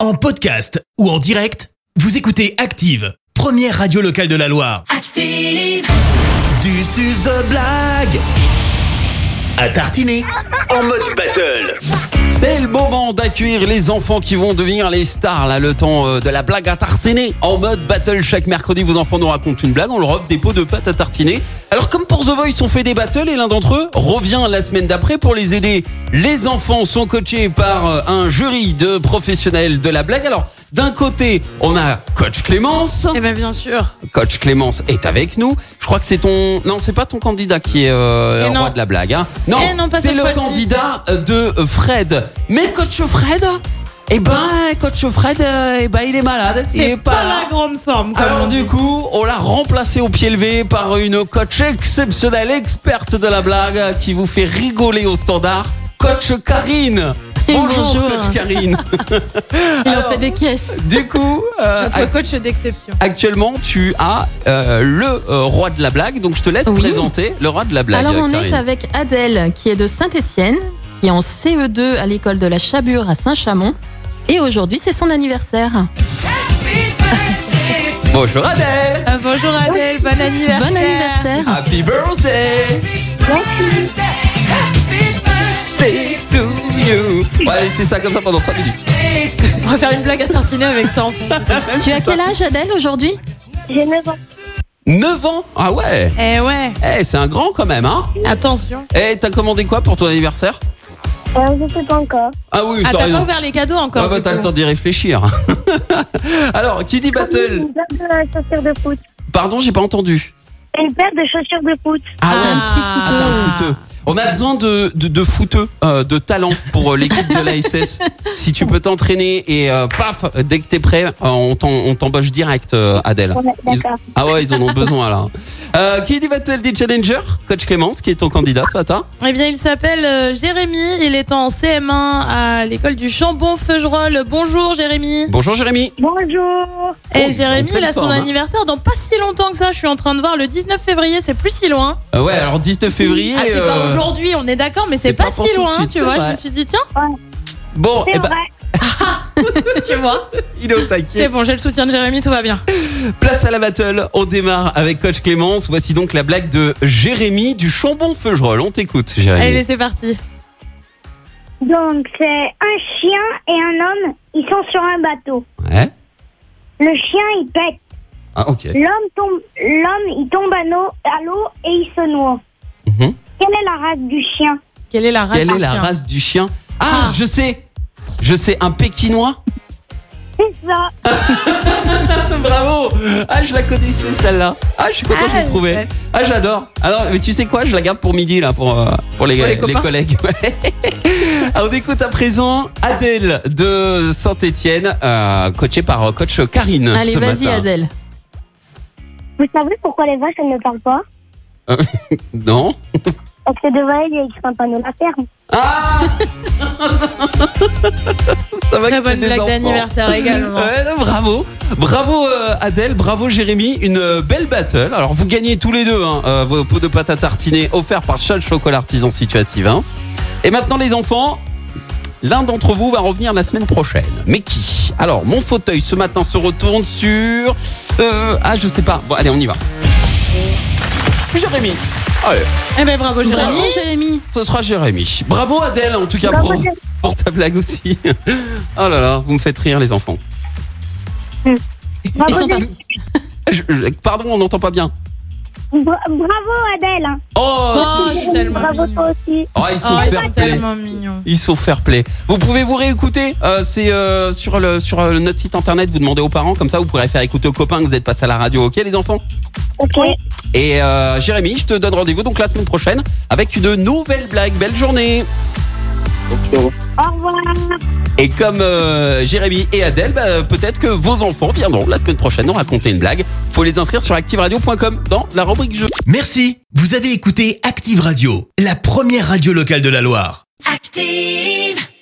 En podcast ou en direct, vous écoutez Active, première radio locale de la Loire. Active, Du suze blague à tartiner en mode battle. C'est le moment d'accueillir les enfants qui vont devenir les stars, là, le temps euh, de la blague à tartiner. En mode battle, chaque mercredi, vos enfants nous racontent une blague, on leur offre des pots de pâte à tartiner. Alors, comme pour The Voice, on fait des battles et l'un d'entre eux revient la semaine d'après pour les aider. Les enfants sont coachés par euh, un jury de professionnels de la blague. Alors, d'un côté, on a Coach Clémence. Eh bien, bien sûr. Coach Clémence est avec nous. Je crois que c'est ton. Non, c'est pas ton candidat qui est euh, Eh non. roi de la blague. Hein. Non, Eh non, pas c'est cette le fois-ci. candidat euh, de Fred. Mais Coach Fred, eh ben, Coach Fred, euh, eh ben, il est malade. Il est C'est pas, là. la grande forme. Comme Alors on du dit. coup, on l'a remplacé au pied levé par une coach exceptionnelle, experte de la blague, qui vous fait rigoler au standard, Coach Karine. Et Bonjour, bonjour. Coach Karine. Il Alors, en fait des caisses. Du coup, euh, notre coach d'exception. Actuellement, tu as euh, le euh, roi de la blague, donc je te laisse Oui. présenter le roi de la blague. Alors on Karine. est avec Adèle qui est de Saint-Étienne, qui est en CE2 à l'école de la Chabure à Saint-Chamond. Et aujourd'hui, c'est son anniversaire. Bonjour Adèle Ah, bonjour Adèle, bon anniversaire. Bon anniversaire. Happy birthday Day to you On va laisser ça comme ça pendant 5 minutes. On va faire une blague à tartiner avec ça en fond. vous savez. Tu as quel âge, Adèle, aujourd'hui J'ai 9 ans. 9 ans Ah ouais eh ouais, Eh, c'est un grand quand même, hein attention. Eh, t'as commandé quoi pour ton anniversaire Euh, je sais pas encore. Ah oui, Ah, t'as raison. pas ouvert les cadeaux encore Ah bah, du t'as coup. le temps d'y réfléchir. Alors, qui dit battle Une paire de chaussures de foot. Pardon, j'ai pas entendu. Une paire de chaussures de foot. Ah ouais, Un petit fouteux. Un Ah. footeux. On a besoin de, de, de footeux, euh, de talent pour euh, l'équipe de l'ASS. si tu peux t'entraîner et euh, paf, dès que t'es prêt, euh, on t'en- on t'embauche direct, euh, Adèle. Ouais, Ils- D'accord. Ah ouais, ils en ont besoin là. Euh, qui dit Battle dit Challenger Coach Clémence, qui est ton candidat ce matin. Eh bien, il s'appelle euh, Jérémy. Il est en CM1 à l'école du Chambon Feugerolles. Bonjour Jérémy. Bonjour Jérémy. Bonjour. Et Oh, Jérémy, en il pleine a son forme, hein. anniversaire dans pas si longtemps que ça. Je suis en train de voir le 19 février, c'est plus si loin. Euh, ouais, alors 19 février. ah, c'est pas euh, aujourd'hui, on est d'accord, mais c'est c'est pas, pas pour si tout de loin, suite, tu c'est vois. vrai. Je me suis dit, tiens, Bon, C'est eh ben, vrai. tu vois. il est au C'est taquet. bon, j'ai le soutien de Jérémy, tout va bien. Place à la battle. On démarre avec Coach Clémence. Voici donc la blague de Jérémy du Chambon Feugerolles. On t'écoute, Jérémy. Allez, c'est parti. Donc, c'est un chien et un homme. Ils sont sur un bateau. Ouais. Le chien, il pète. Ah, ok. L'homme tombe, l'homme, il tombe à, l'eau- à l'eau et il se noie. Mhm. Quelle est la race du chien Quelle est la race Quelle d'un est la chien race du chien ah, Ah. je sais Je sais, un Pékinois C'est ça. Bravo Ah, je la connaissais celle-là. Ah, je suis content de Ah, l'ai trouvée. ouais. Ah, j'adore. Alors, mais tu sais quoi Je la garde pour midi, là, pour, euh, pour les, Pour les copains. collègues. Ouais. Alors, on écoute à présent Adèle de Saint-Etienne, coachée par euh, coach Karine. Allez, ce vas-y, matin. Adèle. Vous savez pourquoi les vaches, elles ne parlent pas Non Parce que devant elles, il y a X Pantano, la ferme. Ah Ça va Très que c'est bonne des blague enfants. d'anniversaire également. Ouais, non, bravo, bravo euh, Adèle, bravo Jérémy, une euh, belle battle. Alors vous gagnez tous les deux hein, euh, vos pots de pâte à tartiner offerts par Charles Chocolat Artisan situé à Sivins. Et maintenant les enfants, l'un d'entre vous va revenir la semaine prochaine. Mais qui Alors mon fauteuil ce matin se retourne sur euh, ah je sais pas. Bon allez on y va. Jérémy. Allez, Eh ben bravo Jérémy. Bravo, Jérémy. ce sera Jérémy. Bravo Adèle en tout Ah cas Bravo, pour, Jérémy. pour ta blague aussi. Oh là là, vous me faites rire les enfants. Ils Bravo, sont Jérémy. partis. Je- je- pardon, on n'entend pas bien. Bra- bravo, Adèle. hein. Oh, Oh, je suis tellement Bravo, mignon. toi aussi. oh, ils sont Oh, ils fair sont play. tellement mignons. Ils sont fair play. Vous pouvez vous réécouter. euh, c'est euh, sur le sur euh, notre site internet. Vous demandez aux parents comme ça, vous pourrez faire écouter aux copains que vous êtes passé à la radio. Ok, les enfants. Ok. Et euh, Jérémy, je te donne rendez-vous donc la semaine prochaine avec une nouvelle blague. Belle journée. Au revoir. Et comme euh, Jérémy et Adèle, bah, peut-être que vos enfants viendront la semaine prochaine nous raconter une blague. Faut les inscrire sur activeradio.com dans la rubrique jeu. Merci, vous avez écouté Active Radio, la première radio locale de la Loire. active.